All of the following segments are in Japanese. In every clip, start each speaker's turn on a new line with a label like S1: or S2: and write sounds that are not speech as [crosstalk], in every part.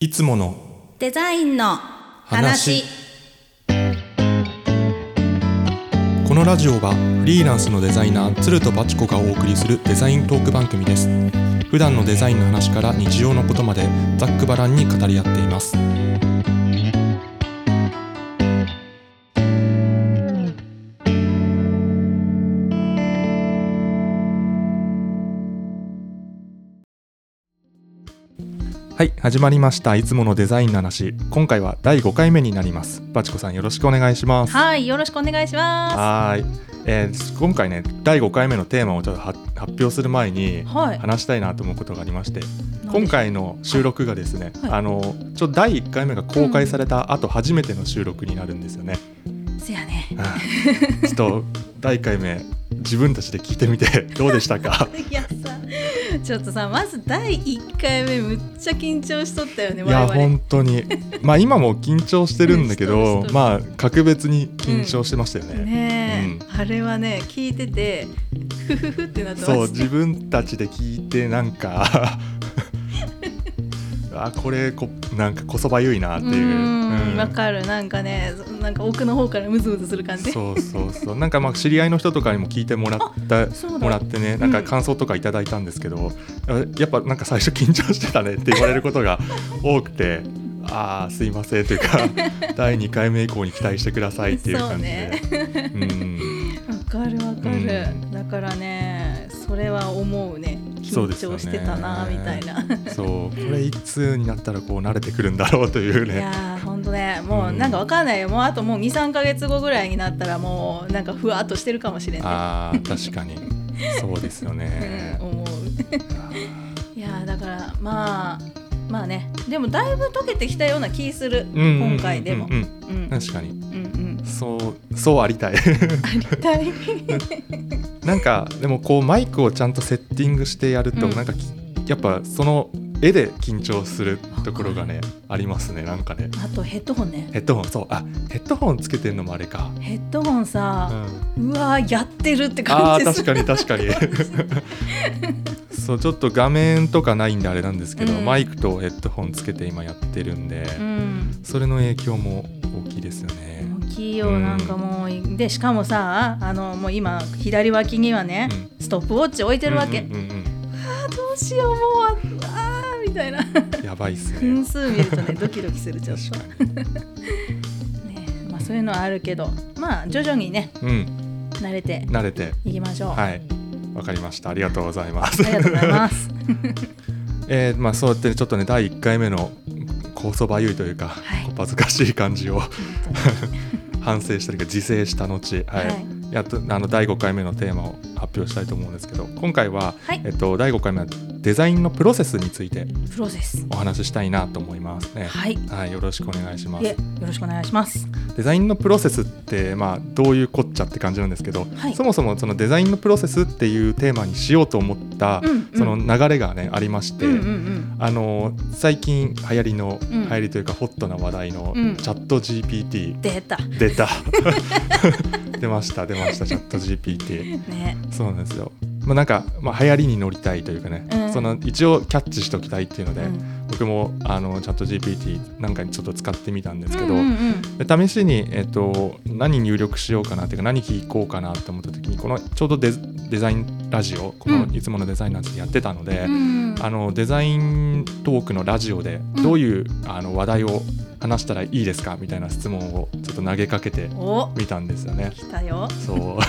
S1: いつもの
S2: デザインの話
S1: 話このラジオはフリーランスのデザイナー鶴とバチコがお送りするデザイントーク番組です普段のデザインの話から日常のことまでざっくばらんに語り合っていますはい始まりましたいつものデザインの話今回は第5回目になりますバチコさんよろしくお願いします
S2: はいよろしくお願いしま
S1: はーい、えー今回ね第5回目のテーマをちょっとは発表する前に
S2: すはい
S1: 話したいなと思うことがありまして今
S2: 何でしょう
S1: 回の収録がですね、
S2: はい
S1: あのちょっと第1回目が公開された後初めての収録になるんですよ
S2: [laughs]
S1: ね。
S2: せやね
S1: あーちょっと第1回目自分たちで聞いてみ
S2: [laughs]
S1: てどうでしたか
S2: いやさ [laughs] ちょっとさまず第1回目むっちゃ緊張しとったよね
S1: いや
S2: 我々
S1: 本当にまあ今も緊張してるんだけ
S2: うんし
S1: ど
S2: とるしとる
S1: まあ格別に緊張してましたよね。
S2: ねえ、あれはね聞いててフフフってなってま
S1: そう
S2: し
S1: 自分たちで聞いてなんか [laughs] あこれこなんかこそばゆいなって
S2: た
S1: いう
S2: うん
S1: うん
S2: わかるなんかねそなんか奥の方からムズムズする感じ
S1: そうそうそうなんかまあ知り合いの人とかにも聞いてもらった
S2: そうだ
S1: もらってねなんか感想とかいただいたんですけど、やっぱなんか最初緊張してたねって言われることが多くてああすいませんという
S2: [laughs]
S1: か第2回目以降に期待してくださいっていう感じで。うん
S2: わかるわかる、
S1: うん
S2: だからねそれは思うね
S1: そう
S2: 緊
S1: ですよね
S2: 張してたな、みたいな
S1: そうこれいつになったらこう慣れてくるんだろうという
S2: いや
S1: ね。
S2: ーほんとねもうなんかわかんないよもうあともう23か月後ぐらいになったらもうなんかふわっとしてるかもしれな
S1: あー確かにそうですよ
S2: い、
S1: ね
S2: うん、。 [laughs] 思ういやーだからまあまあねでもだいぶ溶けてきたような気する、
S1: うん
S2: 今回でも
S1: うんうん
S2: うんうん
S1: 確かに
S2: うん
S1: そうそうありたい [laughs]
S2: ありたい
S1: なんかでもこうマイクをちゃんとセッティングしてやると、
S2: うん
S1: なんかきやっぱその絵で緊張するところがねありますねなんかね
S2: あとヘッドホンね
S1: ヘッドホンそうあヘッドホンつけてんのもあれか、
S2: ヘッドホン
S1: うん、
S2: さ、
S1: あ
S2: うわーやってるって
S1: あ
S2: 感
S1: ー
S2: じす
S1: 確
S2: る
S1: かに確かにそうちょっと画面とかないんであれなんですけど、
S2: うん
S1: マイクとヘッドホンつけて今やってるんで、
S2: うん
S1: それの影響も大きいですよね、
S2: 大きいよ、
S1: うん
S2: なんかもうでしかもさあのもう今左脇にはね、
S1: う
S2: ストップウォッチ置いてるわけ、
S1: うんうんうんうん
S2: あどうしようもうああーみたいな
S1: やばいっす
S2: 分
S1: ね。
S2: 数見るとねドキドキするちょっと、
S1: 確かに。
S2: ねまあ、そういうのはあるけどまあ徐々にね
S1: うん、
S2: 慣れて
S1: 慣れて。
S2: いきましょう、
S1: はい。わかりました。ありがとうございます。
S2: ありがとうございます
S1: [laughs] えーまあ、そうやってちょっとね、第一回目の。高そばゆいというか、
S2: はい
S1: こう恥ずかしい感じを
S2: 本
S1: 反省したりか自制した後、
S2: 当
S1: はい
S2: にはい
S1: やっとあの第5回目のテーマを発表したいと思うんですけど今回は、
S2: はい
S1: えっと、第5回目はデザインのプロセスについて
S2: プロセス
S1: お話ししたいなと思いますね。
S2: はい
S1: はい、よろしくお願いしま
S2: いえ
S1: す
S2: よ。ろしくお願いします
S1: デザインのプロセスって、まあ、どういうこっちゃって感じなんですけど、
S2: はい
S1: そもそもそのデザインのプロセスっていうテーマにしようと思った、
S2: うんうん
S1: その流れが、ね、ありまして、
S2: うんうんうん
S1: あの最近流行りの、
S2: うん
S1: 流行りというかホットな話題の、
S2: うん
S1: チャット GPT
S2: 出た
S1: 出
S2: [laughs]
S1: た出ました出ましたチャット GPT
S2: ね
S1: そうなんですよ、まあ、なんか、まあ、流行りに乗りたいというかね、
S2: うん
S1: その一応キャッチしときたいっていうので、
S2: うん
S1: 僕もあのチャット GPT なんかにちょっと使ってみたんですけど、
S2: うんうんうん
S1: で試しに、えっと何入力しようかなっていうか何聞こうかなって思った時にこのちょうどデデザインラジオこの
S2: うん
S1: いつものデザインラジオやってたので、
S2: うん
S1: あのデザイントークのラジオで
S2: うん
S1: どういう、あの話題を話したらいいですかみたいな質問をちょっと投げかけて
S2: お
S1: みたんですよね。
S2: 来たよ
S1: そう
S2: [laughs]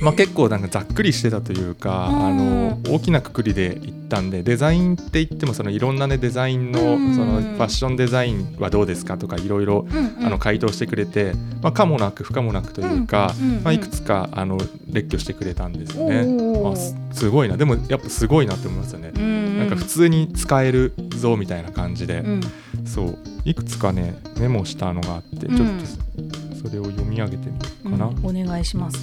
S1: まあ結構なんかざっくりしてたというか、
S2: うん
S1: あの大きな括りで言ったんでデザインって言ってもそのいろんなねデザインの,、
S2: うん
S1: そのファッションデザインはどうですかとかいろいろ
S2: うんうん
S1: あの回答してくれて、まあ、可もなく不可もなくというか、
S2: うんうんうん
S1: まあ、いくつかあの列挙してくれたんですよね。
S2: お
S1: あ
S2: ー
S1: すすごいなでもやっぱすごいなって思いますよね。
S2: うんうん
S1: なんか普通に使えるぞみたいな感じで、
S2: うん
S1: そういくつかねメモしたのがあってちょ
S2: う
S1: っ
S2: ん
S1: とそれを読み上げてみようかな、
S2: うんお願いします。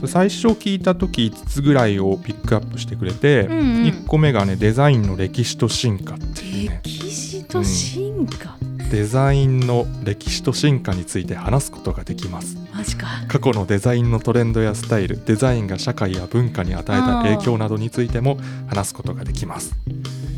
S1: そう最初聞いた時5つぐらいをピックアップしてくれて、
S2: うんうん
S1: 1個目がねデザインの歴史と進化っていうね
S2: 歴史と進化、
S1: デザインの歴史と進化について話すことができます
S2: マジか。
S1: 過去のデザインのトレンドやスタイルデザインが社会や文化に与えた影響などについても話すことができます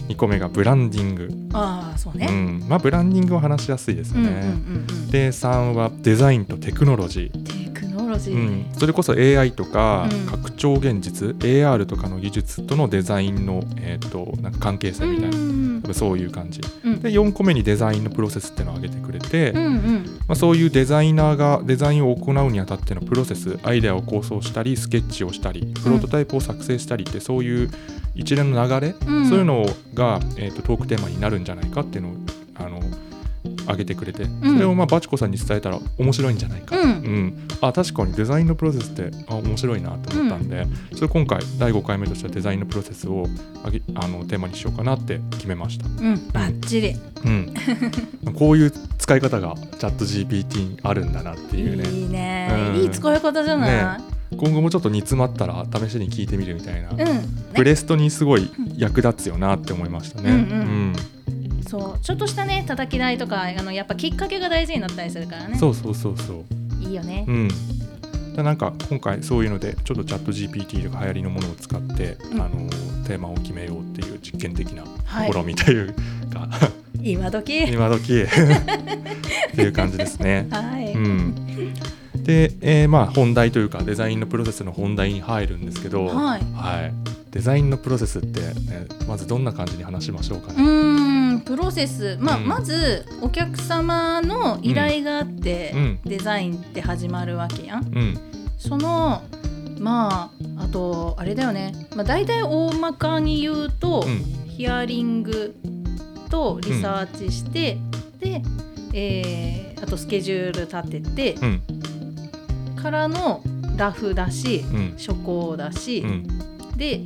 S1: 2個目がブランディング、
S2: ああそう
S1: う
S2: ね。
S1: んまあ、ブランディングは話しやすいですよ
S2: うんうん
S1: ね。
S2: うんうん。
S1: で3はデザインとテクノロジ
S2: テクノロジ
S1: ー、
S2: ーね。
S1: それこそ AI とか
S2: うん
S1: 拡張現実、AR とかの技術とのデザインの、えー、となんか関係性みたいな、
S2: うん
S1: 多分そういう感じ
S2: うん
S1: で4個目にデザインのプロセスっていうのを挙げてくれて、
S2: うん
S1: ま
S2: うん
S1: あ、そういうデザイナーがデザインを行うにあたってのプロセスアイデアを構想したりスケッチをしたりプロトタイプを作成したりってそういう一連の流れ、
S2: うん
S1: そういうのが、えー、とトークテーマになるんじゃないかっていうのをあの挙げてくれて、
S2: ん
S1: それをまあバチコさんに伝えたら面白いんじゃないか、
S2: うん
S1: あ確かにデザインのプロセスってあ面白いなと思ったんで、それ今回第5回目としてはデザインのプロセスをあげあのテーマにしようかなって決めました。
S2: うんバッチリ。
S1: うんこういう使い方がチャット GPT にあるんだなっていうね
S2: いいね
S1: うん
S2: いい使い方じゃない。
S1: 今後もちょっと煮詰まったら試しに聞いてみるみたいな、
S2: うん
S1: ブレストにすごい役立つよなって思いましたね。
S2: うんうんそうちょっとしたね叩き台とかあのやっぱきっかけが大事になったりするから
S1: うん
S2: ね
S1: そうそうそうそう
S2: いいよね
S1: うん、だなんか今回そういうのでちょっとチャット GPT とか流行りのものを使って、
S2: うん
S1: あのテーマを決めようっていう実験的な
S2: はい
S1: 試みという
S2: [laughs]
S1: か、
S2: 今時
S1: 今
S2: [laughs]
S1: 時 [laughs] っていう感じですね。
S2: はい、
S1: うん、で、えーまあ本題というかデザインのプロセスの本題に入るんですけど、
S2: はい
S1: はいデザインのプロセスって、ね、まずどんな感じに話しましょうか
S2: う
S1: ね。
S2: ーんプロセス、まあ
S1: うん
S2: まずお客様の依頼があって、
S1: うん
S2: デザインって始まるわけやん。
S1: うん
S2: そのまああとあれだよね、まあ、大体大まかに言うと、
S1: うん
S2: ヒアリングとリサーチして、で、えーあとスケジュール立てて、
S1: うん
S2: からのラフだし
S1: うん
S2: 初稿だし、
S1: うん、
S2: で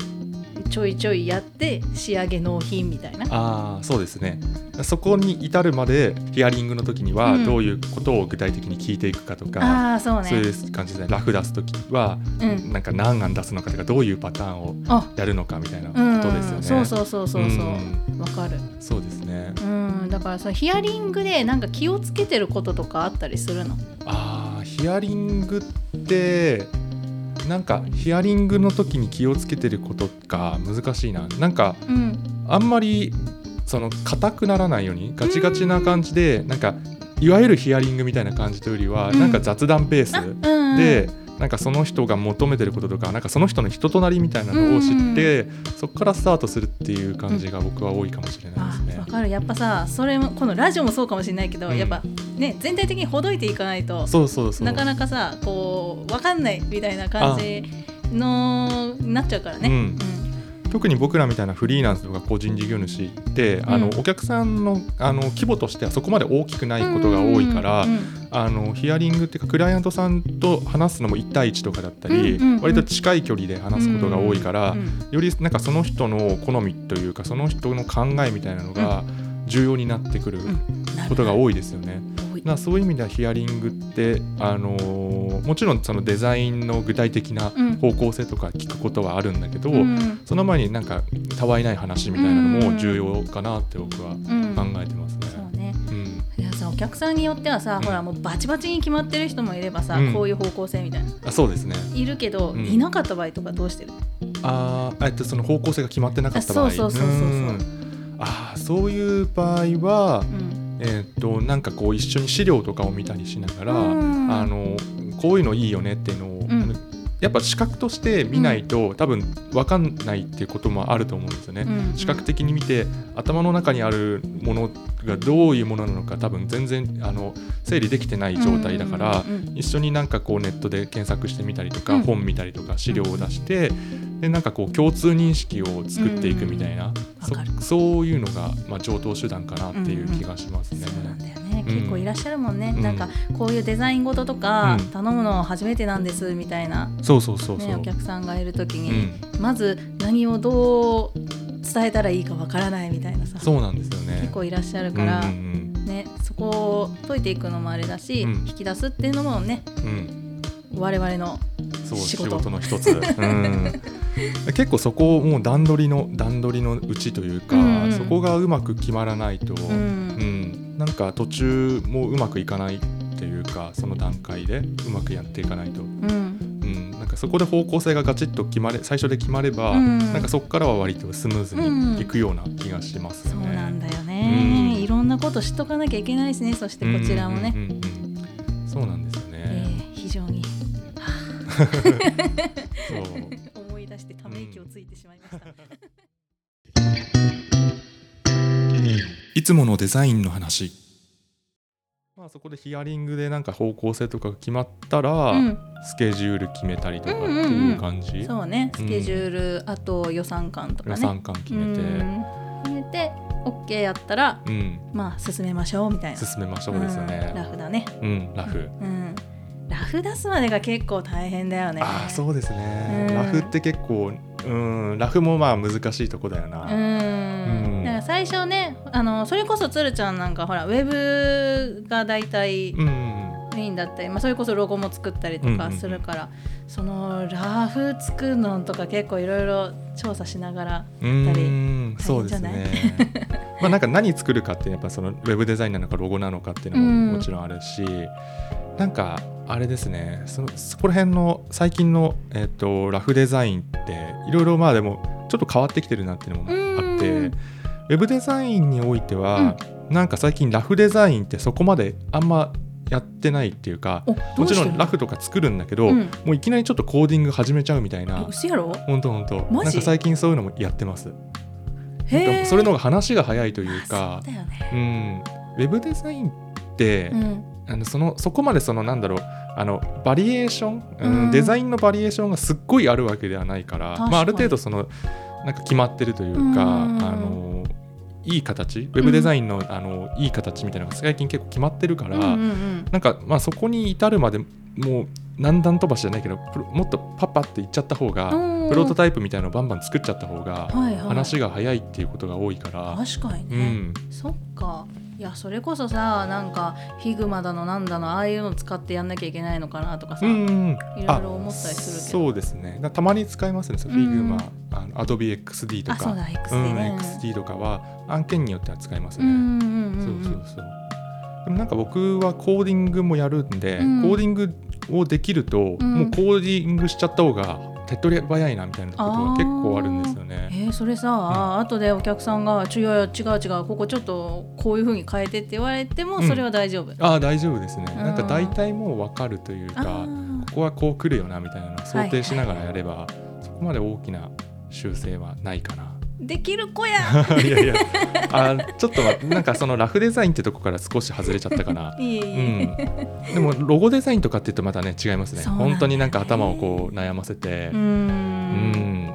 S2: ちょいちょいやって仕上げ納品みたいな。
S1: ああそうですねそこに至るまでヒアリングの時には
S2: うん
S1: どういうことを具体的に聞いていくかとか、
S2: ああーそうね
S1: そういう感じですねラフ出す時は
S2: うん、
S1: なんか何案出すのかとかどういうパターンを
S2: あ
S1: やるのかみたいなこ
S2: うん
S1: とですよね。
S2: そうそうそうそうそう。わ、
S1: ん
S2: かる。
S1: そうですね
S2: うん、だからそのヒアリングでなんか気をつけてることとかあったりするの。
S1: あーヒアリングってなんかヒアリングの時に気をつけてることが難しいななんか
S2: うん。
S1: あんまりその硬くならないようにガチガチな感じでなんかいわゆるヒアリングみたいな感じというよりは
S2: うん
S1: なんか雑談ペー
S2: あ、う
S1: ス
S2: ん。
S1: でなんかその人が求めてることとかなんかその人の人となりみたいなのを知ってそこからスタートするっていう感じが僕は多いかもしれない
S2: あ、
S1: です
S2: わ
S1: ね。
S2: かる。やっぱさ、それもこのラジオもそうかもしれないけど、
S1: うん
S2: やっぱね全体的にほどいていかないと
S1: そうそうそう
S2: なかなかさ、こうわかんないみたいな感じのなっちゃうからね。
S1: うん
S2: うん。
S1: 特に僕らみたいなフリーランスとか個人事業主ってあの
S2: うん
S1: お客さんのあの規模としてはそこまで大きくないことが多いから
S2: うん
S1: あのヒアリングっていうかクライアントさんと話すのも1対1とかだったり、
S2: うんうんうん
S1: 割と近い距離で話すことが多いから、
S2: うん
S1: よりなんかその人の好みというかその人の考えみたいなのが重要になってくることが
S2: い。
S1: 多いですよね。
S2: 多い
S1: なそういう意味ではヒアリングって、あのーもちろんそのデザインの具体的な
S2: うん
S1: 方向性とか聞くことはあるんだけど、
S2: うん
S1: その前になんかたわいない話みたいなのも重要かなって僕は
S2: うん
S1: 考えてますね。
S2: そうね。
S1: うん
S2: いやさお客さんによってはさ、
S1: うん
S2: ほらもうバチバチに決まってる人もいればさ、
S1: うん
S2: こういう方向性みたいな
S1: あそうですね
S2: いるけど、
S1: うん
S2: いなかった場合とかどうしてる
S1: あーえっとその方向性が決まってなかった場合
S2: あそうそうそうそうそうん
S1: あーそういう場合は
S2: う、ん
S1: えっとなんかこう一緒に資料とかを見たりしながら、
S2: うん
S1: あのこういうのいいよねっていうのを、
S2: ん
S1: あのやっぱ視覚として見ないと、多分分かんないっていうこともあると思うんですよね。
S2: うん
S1: 視覚的に見て頭の中にあるものがどういうものなのか多分全然あの整理できてない状態だから、
S2: うんうんうん
S1: 一緒になんかこうネットで検索してみたりとか、
S2: うん
S1: 本見たりとか資料を出して、でなんかこう共通認識を作っていくみたいな、そ
S2: わかる
S1: そういうのが、まあ、上等手段かなっていう気がしますね。
S2: そうなんだよね、
S1: うん
S2: 結構いらっしゃるもんね、
S1: うん
S2: なんかこういうデザインごととか
S1: うん
S2: 頼むの初めてなんですみたいな、ね
S1: そうそうそうそう、
S2: お客さんがいる時
S1: う
S2: に、
S1: ん、
S2: まず何をどう伝えたらいいかわからないみたいなさ
S1: そうなんですよね。
S2: 結構いらっしゃるから、
S1: うんうん
S2: ね、そこを解いていくのもあれだし、
S1: うん
S2: 引き出すっていうのもね
S1: うんうん
S2: 我々の
S1: そう
S2: 仕
S1: 仕
S2: 事
S1: 事の一つ、
S2: [laughs]
S1: うん、結構そこをもう段取りの段取りのうちというか、
S2: うんうん
S1: そこがうまく決まらないと、
S2: う
S1: うんん、なんか途中もうまくいかないっていうかその段階でうまくやっていかないと、う
S2: うん、
S1: ん、うん、なんかそこで方向性がガチッと決まれ最初で決まれば、
S2: うん
S1: なんかそこからは割とスムーズにいくような気がしますよ
S2: そう
S1: ね。
S2: なんだよ
S1: う
S2: ね、
S1: ん
S2: いろんなこと知っとかなきゃいけないですねそしてこちらもね、
S1: うんうんうんうんそうなんですよ
S2: え
S1: ね。
S2: ー非常に
S1: そう
S2: 思い出してため息をついてしまいました、
S1: いつものデザインの話。まあそこでヒアリングでなんか方向性とかが決まったら、
S2: うん、
S1: スケジュール決めたりとかっていう感じ。
S2: そうねスケジュール、あと予算感とか
S1: 予
S2: ね
S1: 算感決めて、うん、
S2: うん決めて OK やったらまあ進めましょうみたいな
S1: 進めましょうですよ
S2: うんラ
S1: ね。
S2: フだね
S1: うん、ラフ。
S2: うんラフ出すまでが結構大変だよね
S1: ああそうですね、
S2: うん
S1: ラフって結構うんラフもまあ難しいとこだよ
S2: う
S1: な、うん
S2: んだから最初ねあのそれこそつるちゃんなんかほらウェブが大体
S1: うん
S2: メインだったり、まあ、それこそロゴも作ったりとかするから、そのラフ作るのとか結構いろいろ調査しながら
S1: う
S2: やっぱり
S1: んそうです
S2: 大
S1: ね [laughs] まあなんか何作るかってやっぱそのウェブデザインなのかロゴなのかっていうの
S2: うん
S1: ももちろんあるし、なんかあれですねそのそこら辺の最近の、えっとラフデザインっていろいろまあでもちょっと変わってきてるなっていうのもあって、
S2: うん
S1: ウェブデザインにおいては、なんか最近ラフデザインってそこまであんまやってないっていうか
S2: お
S1: もちろんラ
S2: フ
S1: フとか作るんだけど、
S2: うん
S1: もういきなりちょっとコーディング始めちゃうみたいな
S2: 薄やろ
S1: 本当本当
S2: マジ
S1: なんか最近そういうのもやってます
S2: へえ
S1: それの方が話が早いというか
S2: そうだよね、
S1: うんウェブデザインって、
S2: うん
S1: あのそのそこまでそのなんだろうあのバリエーション、うん
S2: うん
S1: デザインのバリエーションがすっごいあるわけではないから
S2: 確かに
S1: まあ、ある程度そのなんか決まってるというか、
S2: うん
S1: あのいい形ウェブデザインの,、あのいい形みたいなのが最近結構決まってるから、
S2: うんうんうん
S1: なんかまあそこに至るまでもう何段飛ばしじゃないけどプロもっとパッパっていっちゃった方が、
S2: うん
S1: プロトタイプみたいなのをバンバン作っちゃった方が、
S2: はいはい
S1: 話が早いっていうことが多いから。
S2: 確かに
S1: う
S2: ね、
S1: ん、
S2: そっかいやそれこそさなんかフィグマだのなんだのああいうの使ってやんなきゃいけないのかなとかさ、
S1: うん、
S2: いろいろ思ったりするけど
S1: そうですねたまに使いますねフィグマあの Adobe XD と
S2: あそう
S1: か
S2: だ XD
S1: うん
S2: ね、
S1: XD とかは案件によっては使います
S2: う
S1: ね、
S2: んうんうんうん
S1: そうそうそうでもなんか僕はコーディングもやるんで、
S2: うん
S1: コーディングをできると、
S2: うん
S1: もうコーディングしちゃった方が手っ取り早いなみたいなことは結構あるんですよ
S2: え
S1: ね
S2: ー、それさ、後でお客さんが「違うよ違う違うここちょっとこういうふうに変えて」って言われても
S1: うん
S2: それは大丈夫、
S1: ああ大丈夫ですね、
S2: ん
S1: なんか大体もう分かるというか
S2: あー
S1: ここはこう来るよなみたいなのを想定しながらやれば、そこまで大きな修正はないかな [laughs]
S2: できる子や
S1: いやいや、あ、ちょっと待って、なんかそのラフデザインってとこから少し外れちゃったかな。
S2: いえいうえ、
S1: ん、でもロゴデザインとかって言うとまたね違いますね
S2: そうなんだよね
S1: 本当になんか頭を [laughs] こう悩ませて
S2: うー
S1: うんん、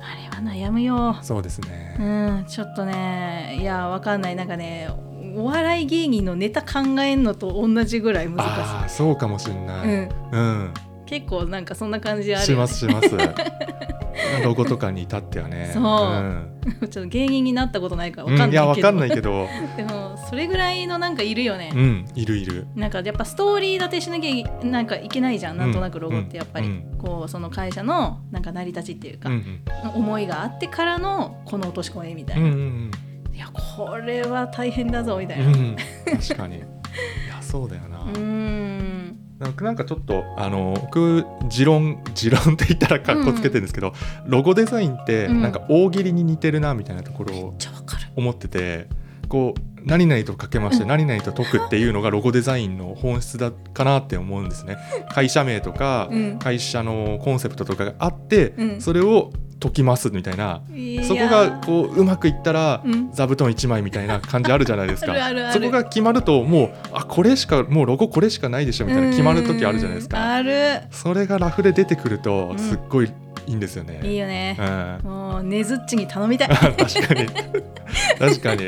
S2: あれは悩むよ
S1: そうです
S2: う
S1: ね、
S2: んちょっとねいやわかんないなんかねお笑い芸人のネタ考えんのと同じぐらい難
S1: ああそうかもしれ
S2: し
S1: ない
S2: い、、
S1: う
S2: うんん、結構なんかそんな感じある
S1: し
S2: よ、
S1: ま
S2: ね、
S1: すします
S2: [laughs]
S1: ロゴとかに至ってはね
S2: そうん [laughs] ちょっと芸人になったことないから
S1: う
S2: わ
S1: ん
S2: かんないけど、
S1: いやわかんないけど
S2: でもそれぐらいのなんかいるよね、
S1: うんいるいる
S2: なんかやっぱストーリー立てしなきゃいなんかいけないじゃんなんとなくロゴってやっぱり、
S1: うんうん
S2: こうその会社のなんか成り立ちっていうか、
S1: うんうん
S2: 思いがあってからのこの落とし込みみた
S1: う
S2: い
S1: ん
S2: な、
S1: うん
S2: いやこれは大変だぞみた
S1: う
S2: い
S1: ん
S2: な
S1: うん確かにいやそうだよな、
S2: うーん
S1: なんかなんかちょっとあの僕持論持論って言ったらかっこつけてるんですけど、ロゴデザインって
S2: うん
S1: なんか大喜利に似てるなみたいなところを
S2: じゃわかる
S1: 思ってて、こう何々とかけまして
S2: うん
S1: 何々と解くっていうのがロゴデザインの本質だかなって思うんです
S2: [laughs]
S1: ね。会社名とか
S2: うん
S1: 会社のコンセプトとかがあって、
S2: うん
S1: それを解きますみたいな。
S2: いや
S1: そこがこううまくいったら
S2: うん
S1: 座布団1枚みたいな感じあるじゃないですか
S2: あるあるある
S1: そこが決まるともうあこれしかもうロゴこれしかないでしょみたいな決まる時あるじゃないです
S2: うーん
S1: か
S2: ある
S1: それがラフで出てくる
S2: う
S1: と
S2: ん
S1: すっごいいいんですよね、
S2: いいよ
S1: う
S2: ね
S1: ん、あ
S2: もうねずっちに頼み
S1: [laughs]
S2: たい
S1: 確かに確かに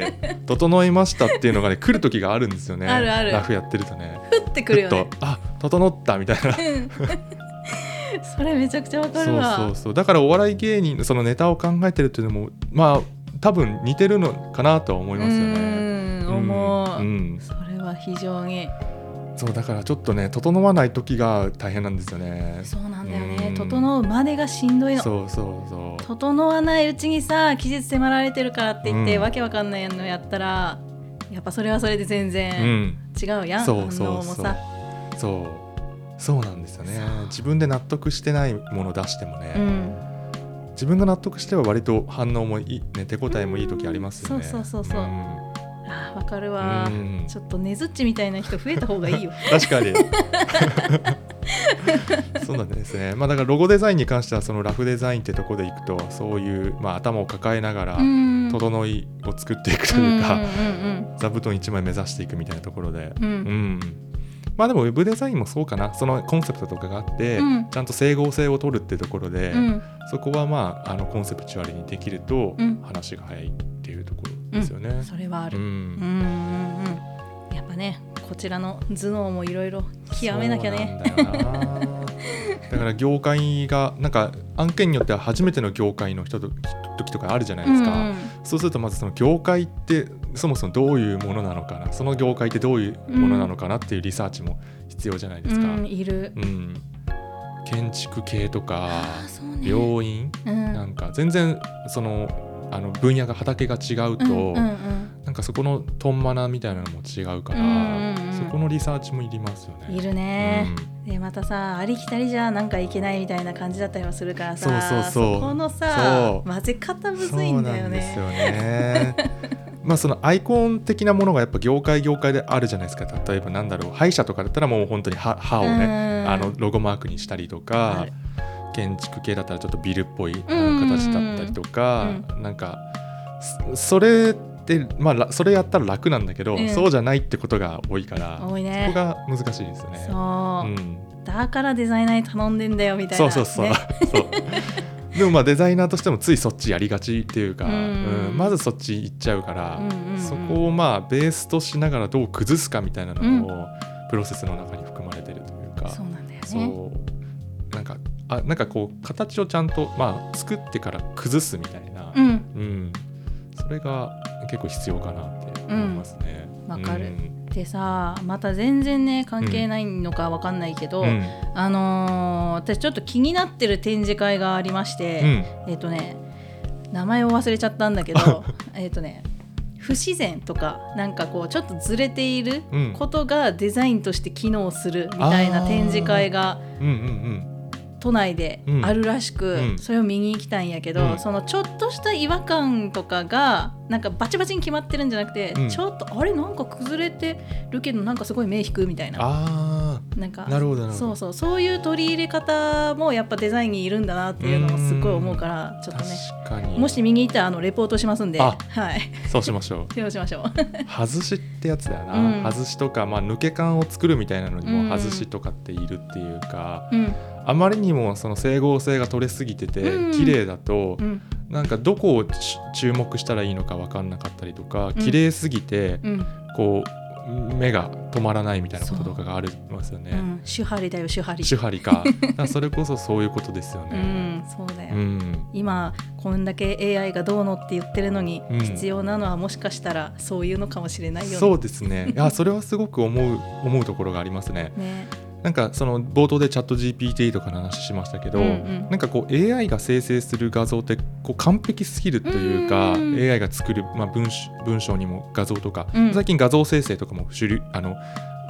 S1: 整いましたっていうのがね来る時があるんですよね
S2: あるある
S1: ラフやってるとね
S2: 降ってくるよ
S1: ふ
S2: ね
S1: っとあ整ったみたい
S2: [laughs]
S1: な
S2: それめちゃくちゃわかる
S1: そう
S2: わ
S1: そうそうだからお笑い芸人そのネタを考えてるっていうのもまあ多分似てるのかなとは思いますよね。
S2: うーん思う、
S1: うんうん
S2: それは非常に
S1: そうだからちょっとね整わない時が大変なんですよね。
S2: そうなんだよね
S1: うん
S2: 整うまでがしんどいの
S1: そうそうそう。
S2: 整わないうちにさ期日迫られてるからって言って、
S1: うん
S2: わけわかんないのやったらやっぱそれはそれで全
S1: う
S2: 然
S1: ん、
S2: 違うやん、
S1: そうそう
S2: 反応も
S1: そう
S2: さ。
S1: そう。そうなんですよね
S2: そう
S1: 自分で納得してないもの出してもね、
S2: うん
S1: 自分が納得しては割と反応もいい、ね、手応えもいい時ありますよね。
S2: そうそうそうそうんあーわかるわ
S1: うん
S2: ちょっとねずっちみたいな人増えた方がい
S1: [laughs]
S2: いよ
S1: 確かにそうなんですね、まあ、だからロゴデザインに関してはそのラフデザインってとこでいくとそういう、まあ、頭を抱えながら
S2: うん
S1: 整いを作っていくというか、
S2: うんうん
S1: 座布団1枚目指していくみたいなところで、
S2: うんう
S1: うん
S2: ん
S1: まあでもウェブデザインもそうかなそのコンセプトとかがあって、
S2: うん
S1: ちゃんと整合性を取るってところで、
S2: うん
S1: そこはまああのコンセプチュアルにできると
S2: うん
S1: 話が早いっていうところですよね。
S2: それはあ
S1: う
S2: るうん
S1: ん
S2: うんうんやっぱねこちらの頭脳もいろいろ極めなきゃね
S1: そうなんだよなだから業界がなんか案件によっては初めての業界の人と時とかあるじゃないですか、
S2: うんうん
S1: そうするとまずその業界ってそもそもどういうものなのかなその業界ってどういうものなのかなっていうリサーチも必要じゃないですか、
S2: うん、いる
S1: うん、建築系とか
S2: あーそうね
S1: 病院
S2: うん
S1: なんか全然そのあの分野が畑が違うと、
S2: うんうんうん
S1: なんかそこのトンマナみたいなのも違うから、
S2: うんうんうん
S1: そこのリサーチもいりますよね。
S2: いるね、でまたさありきたりじゃなんかいけないみたいな感じだったりもするからさ
S1: そうそうそう
S2: このさ
S1: そう
S2: 混ぜ方む
S1: そ
S2: ずい
S1: うんな
S2: だよ
S1: んです
S2: ね
S1: よね。まあそのアイコン的なものがやっぱ業界業界であるじゃないですか例えばなんだろう歯医者とかだったらもう本当に歯歯をね
S2: うん
S1: あのロゴマークにしたりと
S2: あ
S1: か
S2: る
S1: 建築系だったらちょっとビルっぽいあ
S2: うん
S1: の
S2: うんうん
S1: 形だったりとかなんかそそれってまあらそれやったら楽なんだけど
S2: うん
S1: そうじゃないってことが多いからそ
S2: 多
S1: こ
S2: いね
S1: が難しいですよね。
S2: そうう、
S1: ん
S2: だからデザイナーに頼んでんだよみたいな、
S1: そう
S2: ね、
S1: そう
S2: [laughs]
S1: そう。そうでもまあデザイナーとしてもついそっちやりがちっていうか、
S2: うん
S1: うんまずそっち行っちゃうから、
S2: うんうんうん
S1: そこをまあベースとしながらどう崩すかみたいなのをプロセスの中に含まれてるというか、
S2: そうなんだよ
S1: そう
S2: ね
S1: なんかあなんかこう形をちゃんとまあ作ってから崩すみたいな、
S2: うん
S1: うんそれが結構必要かなって思いますね。
S2: うんわかる
S1: うん
S2: でさまた全然ね関係ないのかわかんないけど、
S1: うん
S2: あのー私ちょっと気になってる展示会がありまして、
S1: うん
S2: えっ、とね名前を忘れちゃったんだけ
S1: [laughs]
S2: どえっとね不自然とかなんかこうちょっとずれている
S1: うん
S2: ことがデザインとして機能するみたいな展示会が
S1: うんうん
S2: 都内であるらしく、
S1: うん
S2: それを見に行きたいんやけど、
S1: うん
S2: そのちょっとした違和感とかがなんかバチバチに決まってるんじゃなくて、
S1: うん
S2: ちょっとあれなんか崩れてるけどなんかすごい目引くみたいな
S1: あ
S2: なんか
S1: あなるほどなるほど
S2: そうそうそういう取り入れ方もやっぱデザインにいるんだなっていうのもすごい思うからちょっとね
S1: 確かに
S2: もし見に行ったらあのレポートしますんで、
S1: あ
S2: はい、 [laughs]
S1: そうしましょう。 [laughs]
S2: そうしましょう。
S1: 外しってやつだよな、
S2: うん
S1: 外しとか、まあ、抜け感を作るみたいなのに
S2: うん
S1: も外しとかっているっていうか、
S2: うん、
S1: あまりにもその整合性が取れすぎてて、
S2: うん
S1: 綺麗だと、
S2: うん、
S1: なんかどこをち注目したらいいのか分かんなかったりとか、
S2: ん
S1: 綺麗すぎて
S2: うん、
S1: こう目が止まらないみたいなこととかがありますよ
S2: う
S1: ね。
S2: ん、手張りだよ、手張り。
S1: 手張り
S2: [laughs]
S1: かだからそれこそそういうことですよ
S2: う
S1: ね。
S2: ん、そうだよ。
S1: うん
S2: 今こんだけ AI がどうのって言ってるのに、
S1: うん
S2: 必要なのはもしかしたらそういうのかもしれないよ
S1: そうですね。いや、それはすごく思う、思うところがありますね。
S2: ね。
S1: なんかその冒頭でチャット GPT とかの話しましたけど、
S2: うんうん
S1: なんかこう AI が生成する画像ってこう完璧すぎるというか、
S2: うんうん
S1: AI が作る、まあ、文章文章にも画像とか、
S2: うん
S1: 最近画像生成とかも主流あの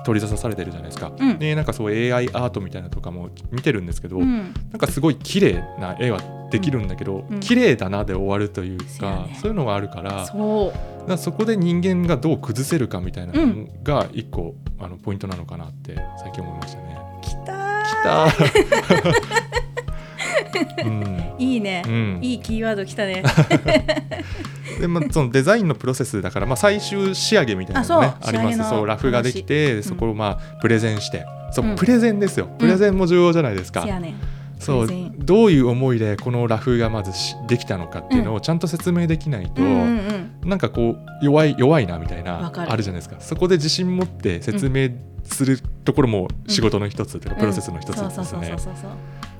S1: 取り沙汰されてるじゃないですか。
S2: うん
S1: でなんかそう AI アートみたいなのとかも見てるんですけど、
S2: うん、
S1: なんかすごい綺麗な絵はできるんだけど、
S2: うん
S1: 綺麗だなで終わるという
S2: そうや
S1: か、
S2: ね
S1: そういうのがあるから
S2: そう、
S1: だからそこで人間がどう崩せるかみたいな
S2: う
S1: の
S2: ん
S1: が一個、あのポイントなのかなって最近思いましたね。
S2: きた
S1: きた。
S2: [laughs]
S1: うん、
S2: ー。いいね
S1: う、ん、
S2: いいキーワードきたね。
S1: でまあそのデザインのプロセスだから、まあ、最終仕上げみたいなの
S2: あ
S1: ね
S2: そう
S1: ありま
S2: 仕上げ
S1: す
S2: の
S1: そうラフができて
S2: 話
S1: そこをまあプレゼンして、そう
S2: うん
S1: プレゼンですよプレゼンも重要じゃないですか、
S2: せやね。
S1: そ
S2: プレゼ
S1: う
S2: ン
S1: どういう思いでこのラフがまずしできたのかっていうのをちゃんと説明できないと、
S2: うんうんうん。
S1: なんかこう弱い弱いなみたい
S2: わ
S1: な
S2: かる
S1: あるじゃないですかそこで自信持って説明するところも仕事の一つというか、プロセスの一つ
S2: そう
S1: で
S2: そう
S1: す
S2: そう
S1: ね
S2: そう。そうそう。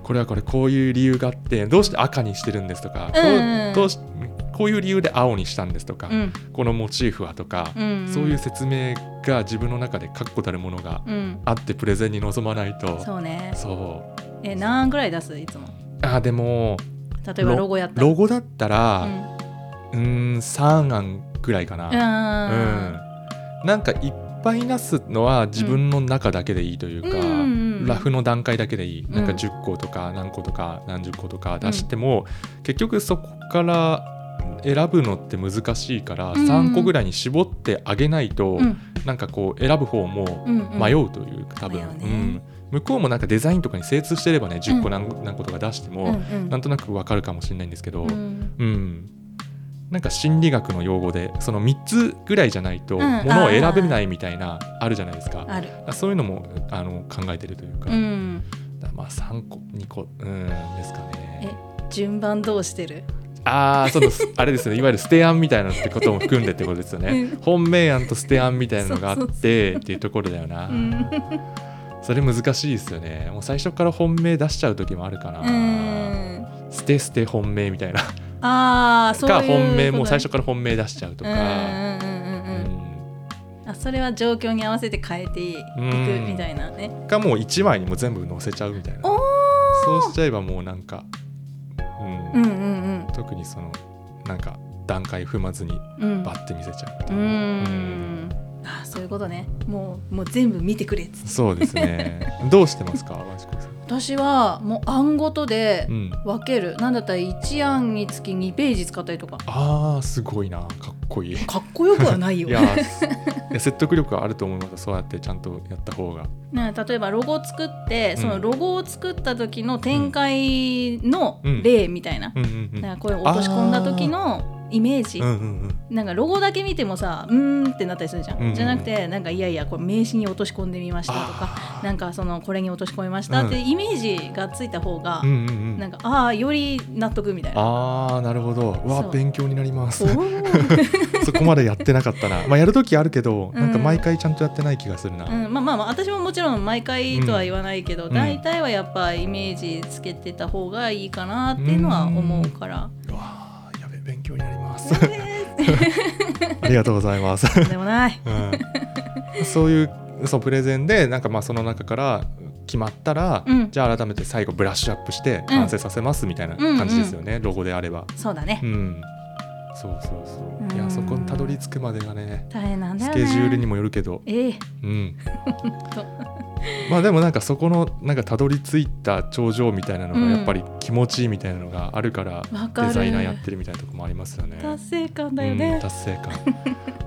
S1: これはこれこういう理由があってどうして赤にしてるんですとか、こ
S2: うん
S1: うどうしこういう理由で青にしたんですとか、
S2: うん
S1: このモチーフはとか、
S2: うんん
S1: そういう。説明が自分の中で確固たるものが
S2: うん。
S1: あってプレゼンに臨まないと
S2: そうね。
S1: そう
S2: え何ぐらい出すいつも。
S1: あでも
S2: 例えばロゴやったら。
S1: ロゴだった
S2: う
S1: ら
S2: ん。
S1: うん3案ぐらいかな、うんなんかいっぱいなすのは自分の中だけでいいというか、
S2: うんうんうん
S1: ラフの段階だけでいい、
S2: ん
S1: なんか10個とか何個とか何十個とか出しても、結局そこから選ぶのって難しいから、
S2: うん
S1: 3個ぐらいに絞ってあげないと、
S2: うん
S1: なんかこう選ぶ方も
S2: うんうん
S1: 迷うというか、多分、
S2: 迷うね
S1: うん向こうもなんかデザインとかに精通してればね10
S2: う
S1: 個
S2: ん
S1: 何,、何個とか出して
S2: うんう
S1: も、
S2: ん
S1: なんとなくわかるかもしれないんですけど、
S2: うん
S1: うん、なんか心理学の用語でその3つぐらいじゃないと
S2: うん
S1: ものを選べないみたいなあるじゃないですか、
S2: ある、
S1: そういうのもあの考えてるというか,、
S2: うん、
S1: まあ3個2個うんですかね
S2: 順番どうしてる
S1: ああそ
S2: [laughs]
S1: のあれですねいわゆる捨て案みたいなってことも含んでってことですよね
S2: うん
S1: 本命案と捨て案みたいなのがあ
S2: そう
S1: っ
S2: そう
S1: てっていうところだよな、
S2: うん
S1: それ難しいですよねもう最初から本命出しちゃう時もあるかな、
S2: うん
S1: 捨て捨て本命みたいな
S2: ああそういう
S1: か本命もう最
S2: こ
S1: 初から本命出しちゃうと
S2: と
S1: か、
S2: ねうんうんうんうん
S1: うん
S2: うんあそれは状況に合わせて変えていく
S1: うん
S2: みたいなね
S1: がもう1枚にも全部載せちゃうみたいな
S2: お
S1: そうしちゃえばもうなんか、うん
S2: うんうん
S1: 特にそのなんか段階踏まずに
S2: うんうん
S1: バッて見せちゃうみ
S2: う
S1: たいな、
S2: んあそういうことねもうもう全部見てくれっつって
S1: そうです
S2: [laughs]
S1: ねどうしてますかマジコさん、
S2: 私はもう案ごとで
S1: うん、
S2: 分ける、なんだったら1案につき2ページ使ったりとか
S1: あーすごいなかっこいいい
S2: かっこよくはないよ [laughs]
S1: やーす [laughs] いや説得力はあると思いますそうやってちゃんとやった方が
S2: ね、例えばロゴを作って
S1: ん
S2: そのロゴを作った時の展開の例みたいな,、
S1: うんうんうん
S2: なんかこれを落とし込んだ時のイメージ
S1: うんうんうん
S2: なんかロゴだけ見てもさうーんってなったりするじゃん、
S1: うんうん
S2: じゃなくてなんかいやいやこれ名刺に落とし込んでみましたとか
S1: あ
S2: なんかそのこれに落とし込みましたってイメージがついた方が、
S1: ーうんうんうん
S2: なんかああより納得みたいな。
S1: あーなるほどう
S2: そ
S1: わ
S2: う
S1: 勉強になります
S2: おー
S1: そこまでやってなかったな。まあやるときあるけど、
S2: うん
S1: なんか毎回ちゃんとやってない気がするな。
S2: [laughs] うん、まあまあまあ私ももちろん毎回とは言わないけど、
S1: うん
S2: 大体はやっぱイメージつけてた方がいいかなっていうのは思うから。
S1: うわーやべ勉強になります。 [laughs]
S2: え
S1: ありがとうございます。
S2: ーとんでもない。
S1: うん、そういうそうプレゼンでなんかまあその中から決まったら、
S2: うん
S1: じゃあ改めて最後ブラッシュアップして完成させますみたいな感じですよね、ロゴであれば。
S2: そうだね
S1: う。ん。そうそうそう。いうや
S2: ん
S1: そこにたどり着くまでがね。
S2: 大変なんだ
S1: ス
S2: よ
S1: ケ
S2: ね。
S1: ジュールにもよるけど、
S2: ええ [laughs]
S1: うん、
S2: と
S1: まあでもなんかそこのなんかたどり着いた頂上みたいなのが
S2: うん
S1: やっぱり気持ちいいみたいなのがあるから
S2: わかる
S1: デザイナーやってるみたいなとこもありますよね。
S2: 達成感だよ
S1: うん
S2: ね。
S1: 達成感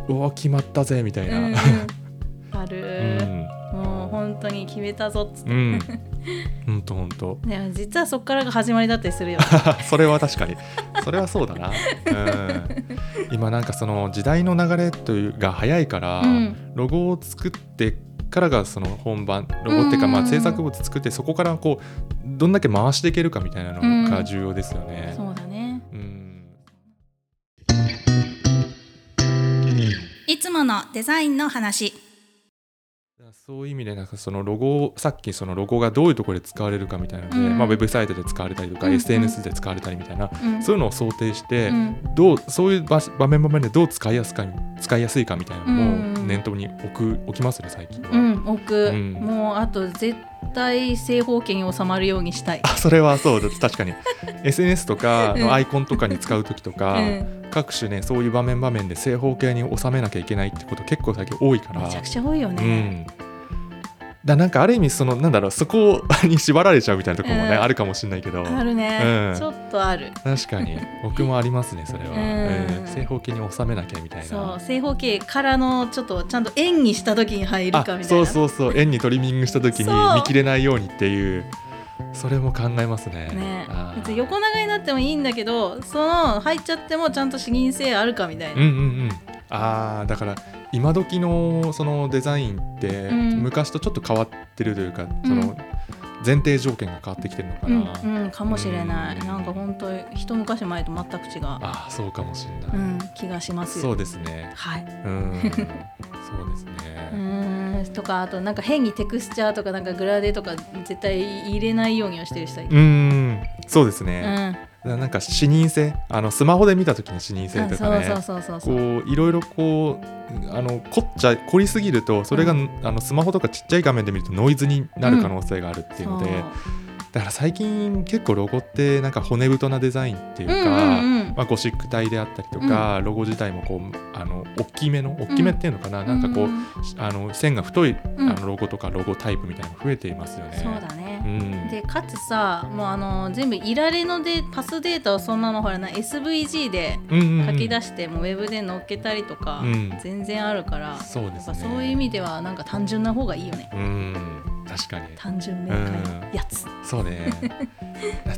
S1: うわ決まったぜみたい
S2: うんうん
S1: な。
S2: あ
S1: う
S2: る、
S1: ん
S2: もう本当に決めたぞっつって。
S1: うんほんとほんと
S2: でも実はそこからが始まりだったり [laughs] するよ。
S1: [laughs] それは確かにそれはそうだな、うん、今なんかその時代の流れというが早いから、
S2: うん
S1: ロゴを作ってからがその本番ロゴっていうかまあ
S2: うんうんうん
S1: 制作物作ってそこからこうどんだけ回していけるかみたいなのが重要ですよね。
S2: そうだね。
S1: うん
S2: いつものデザインの話。
S1: そういう意味でなんかそのロゴをさっきそのロゴがどういうところで使われるかみたいなので、
S2: うん
S1: まあ、ウェブサイトで使われたりとか、
S2: うんうん
S1: SNS で使われたりみたいな、
S2: うん。
S1: そういうのを想定して、
S2: うん
S1: どうそういう場場面場面でどう使いやすか使いやすいかみたいなのを
S2: うん
S1: 念頭に置く置きますね最近は。
S2: うん、奥、
S1: うん
S2: もうあと絶対正方形に収まるようにしたい。
S1: あそれはそうです確かに SNS とか
S2: うん
S1: のアイコンとかに使う時とか、
S2: うん
S1: 各種ねそういう場面場面で正方形に収めなきゃいけないってこと結構最近多いから
S2: めちゃくちゃ多いよ
S1: う
S2: ね。
S1: ん、だなんかある意味そのなんだろうそこに縛られちゃうみたいなところもね、
S2: うん
S1: あるかもしれないけど
S2: あるね、
S1: うん
S2: ちょっとある。
S1: 確かに僕もありますねそれは、
S2: うん
S1: うん正方形に収めなきゃみたいな
S2: そう正方形からのちょっとちゃんと円にした時に入るかみたい
S1: あ
S2: な
S1: そうそうそう円にトリミングした時
S2: そう
S1: に見切れないようにっていうそれも考えますね
S2: ね
S1: あー
S2: 別に横長になってもいいんだけどその入っちゃってもちゃんと視認性あるかみたい
S1: うん
S2: な、
S1: うんうんあーだから今時のそのデザインって
S2: ん
S1: 昔とちょっと変わってるというか、
S2: うん
S1: その前提条件が変わってきてるのか
S2: う
S1: な、
S2: んうんかもしれない、
S1: うん
S2: なんか本当一昔前と全く違う、
S1: あーそうかもしれ
S2: う
S1: ない、
S2: ん、気がします
S1: そ
S2: よ
S1: うですね
S2: はい、
S1: う
S2: [laughs]
S1: ーんそうです
S2: う
S1: ね。
S2: ーんとかあとなんか変にテクスチャーとかなんかグラデとか絶対入れないようにはしてるしたい、
S1: うーん、そうです
S2: うん
S1: ね。ななんか視認性、あのスマホで見た時の視認性
S2: あ
S1: と
S2: そ
S1: か
S2: うそう
S1: ね。
S2: そうそうそう
S1: こういろいろこうあの凝っちゃ凝りすぎるとそれが、
S2: う
S1: あのスマホとかちっちゃい画面で見るとノイズになる可能性があるっていうので、
S2: そう
S1: だから最近結構ロゴってなんか骨太なデザインっていう
S2: うん
S1: か、
S2: うんうん
S1: まあ、ゴシック体であったりとか、ロゴ自体もこうあの大きめの大きめっていうのかな、なんかこう、
S2: ん
S1: あの線が太い、
S2: うん
S1: あのロゴとかロゴタイプみたいなの増えていますよね。
S2: そうだね、
S1: うん、
S2: でかつさもうあの全部いられのでパスデータをそのままほらな SVG で書き出
S1: し
S2: して、もうウェブで載っけたりとか、
S1: うん
S2: 全然あるから、
S1: そうで
S2: やっ
S1: す
S2: ぱ
S1: ね。
S2: そういう意味ではなんか単純な方がいいよね
S1: うん確かに
S2: 単純明快なやつ、
S1: そうね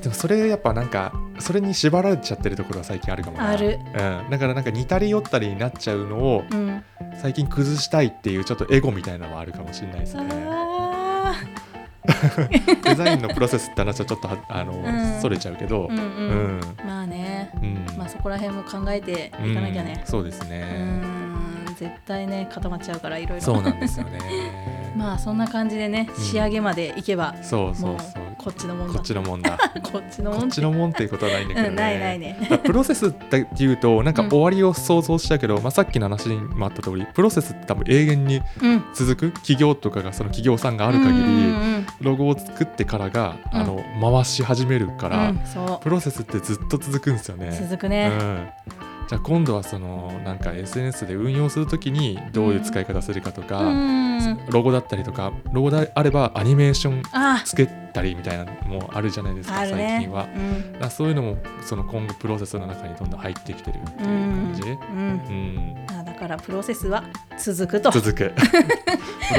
S1: でもそれやっぱなんかそれに縛られちゃってるところは最近あるかもな
S2: ある、
S1: うん、だからなんか似たり寄ったりになっちゃうのを
S2: うん
S1: 最近崩したいっていうちょっとエゴみたいなのはあるかもしれないですね
S2: あー
S1: デザインのプロセスって話はちょっとはあの、
S2: ん
S1: それちゃうけど
S2: うんう、
S1: うんん
S2: まあね
S1: うん
S2: まあそこら辺も考えていかなきゃね
S1: うんそうです
S2: う
S1: ね
S2: ん絶対ね固まっちゃうからいろいろ
S1: そうなんですよね
S2: [laughs] まあそんな感じでね
S1: うん
S2: 仕上げまでいけば、
S1: そうそ
S2: も
S1: う
S2: う
S1: そう
S2: こっちのもん
S1: こ
S2: だ
S1: っちのもん
S2: [laughs]
S1: だ
S2: こっちの
S1: こ
S2: もん
S1: っちのもんっていうことはないんだけど
S2: う
S1: ね
S2: んないないね
S1: だからプロセスっていうとなんか
S2: うん
S1: 終わりを想像したけど、まあ、さっきの話にもあった通りプロセスって多分永遠に
S2: うん
S1: 続く企業とかがその企業さんがある限り、
S2: うんうんうん
S1: ロゴを作ってからが、
S2: うん
S1: あの回し始めるから、
S2: うんそ
S1: プロセスってずっと続くんですよ
S2: う
S1: ね。
S2: 続く
S1: う
S2: ね、
S1: んじゃあ今度はそのなんか SNS で運用するときにどういう使い方するかとか、
S2: うん
S1: ロゴだったりとかロゴであればアニメーション
S2: あ
S1: つけたりみたいなのもあるじゃないですか、
S2: あるね
S1: 最近は。
S2: うん
S1: だからそういうのもその今後プロセスの中にどんどん入ってきてるっていう感じ、うん
S2: うんあだからプロセスは続くと
S1: 続
S2: [laughs]
S1: くプ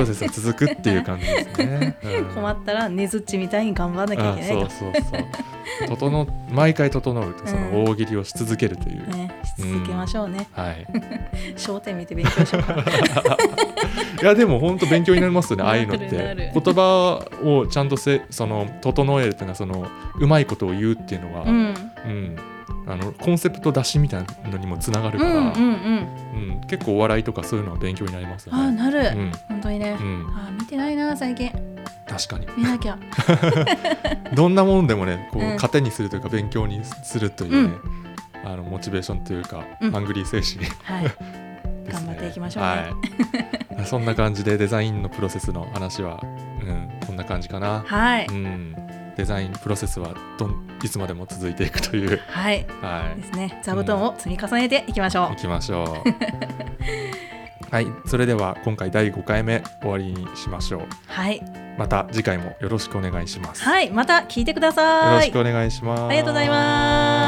S1: ロセスは続くっていう感じですね、うん
S2: 困ったらねずっちみたいに頑張らなきゃいけないと
S1: あそうそうそう整毎回整うとその大喜利をし続けるという、
S2: ね、し続けましょうね。
S1: はい
S2: 焦点見て勉強しようかな。
S1: いやでも本当勉強になります
S2: [laughs]
S1: よねああいうのっ
S2: な
S1: て
S2: るなる
S1: 言葉をちゃんとせその整えるっていうのはそのうまいことを言うっていうのは、
S2: うん、うん、
S1: うんあのコンセプト出しみたいなのにもつながる
S2: う
S1: から、
S2: ん、うん。
S1: うん、結構お笑いとかそういうのは勉強になりますよ
S2: あ、
S1: ね。
S2: なる、
S1: うん
S2: 本当にね。
S1: うん、
S2: あ、見てないな、最近。
S1: 確かに
S2: 見なきゃ。
S1: どんなもんでもねこう、
S2: うん
S1: 糧にするというか勉強にするというね、あのモチベーションというか、
S2: うん
S1: ハングリー精神
S2: はい。
S1: ですね
S2: 頑張っていきましょうね
S1: はい、そんな感じでデザインのプロセスの話は、うん、こんな感じかな、
S2: はい。
S1: うん、デザインプロセスはどんいつまでも続いていくと
S2: [laughs]
S1: いう、
S2: はい。
S1: は
S2: で
S1: い、
S2: すね。座布団を積み重ねていきましょ
S1: いきましょう [laughs] はいそれでは今回第5回目終わりにしましょう
S2: う。はい。
S1: また次回もよろしくお願いします
S2: はい、また聞いてくだ
S1: よろ
S2: さい。
S1: しくお願いします。
S2: ありがとうございます。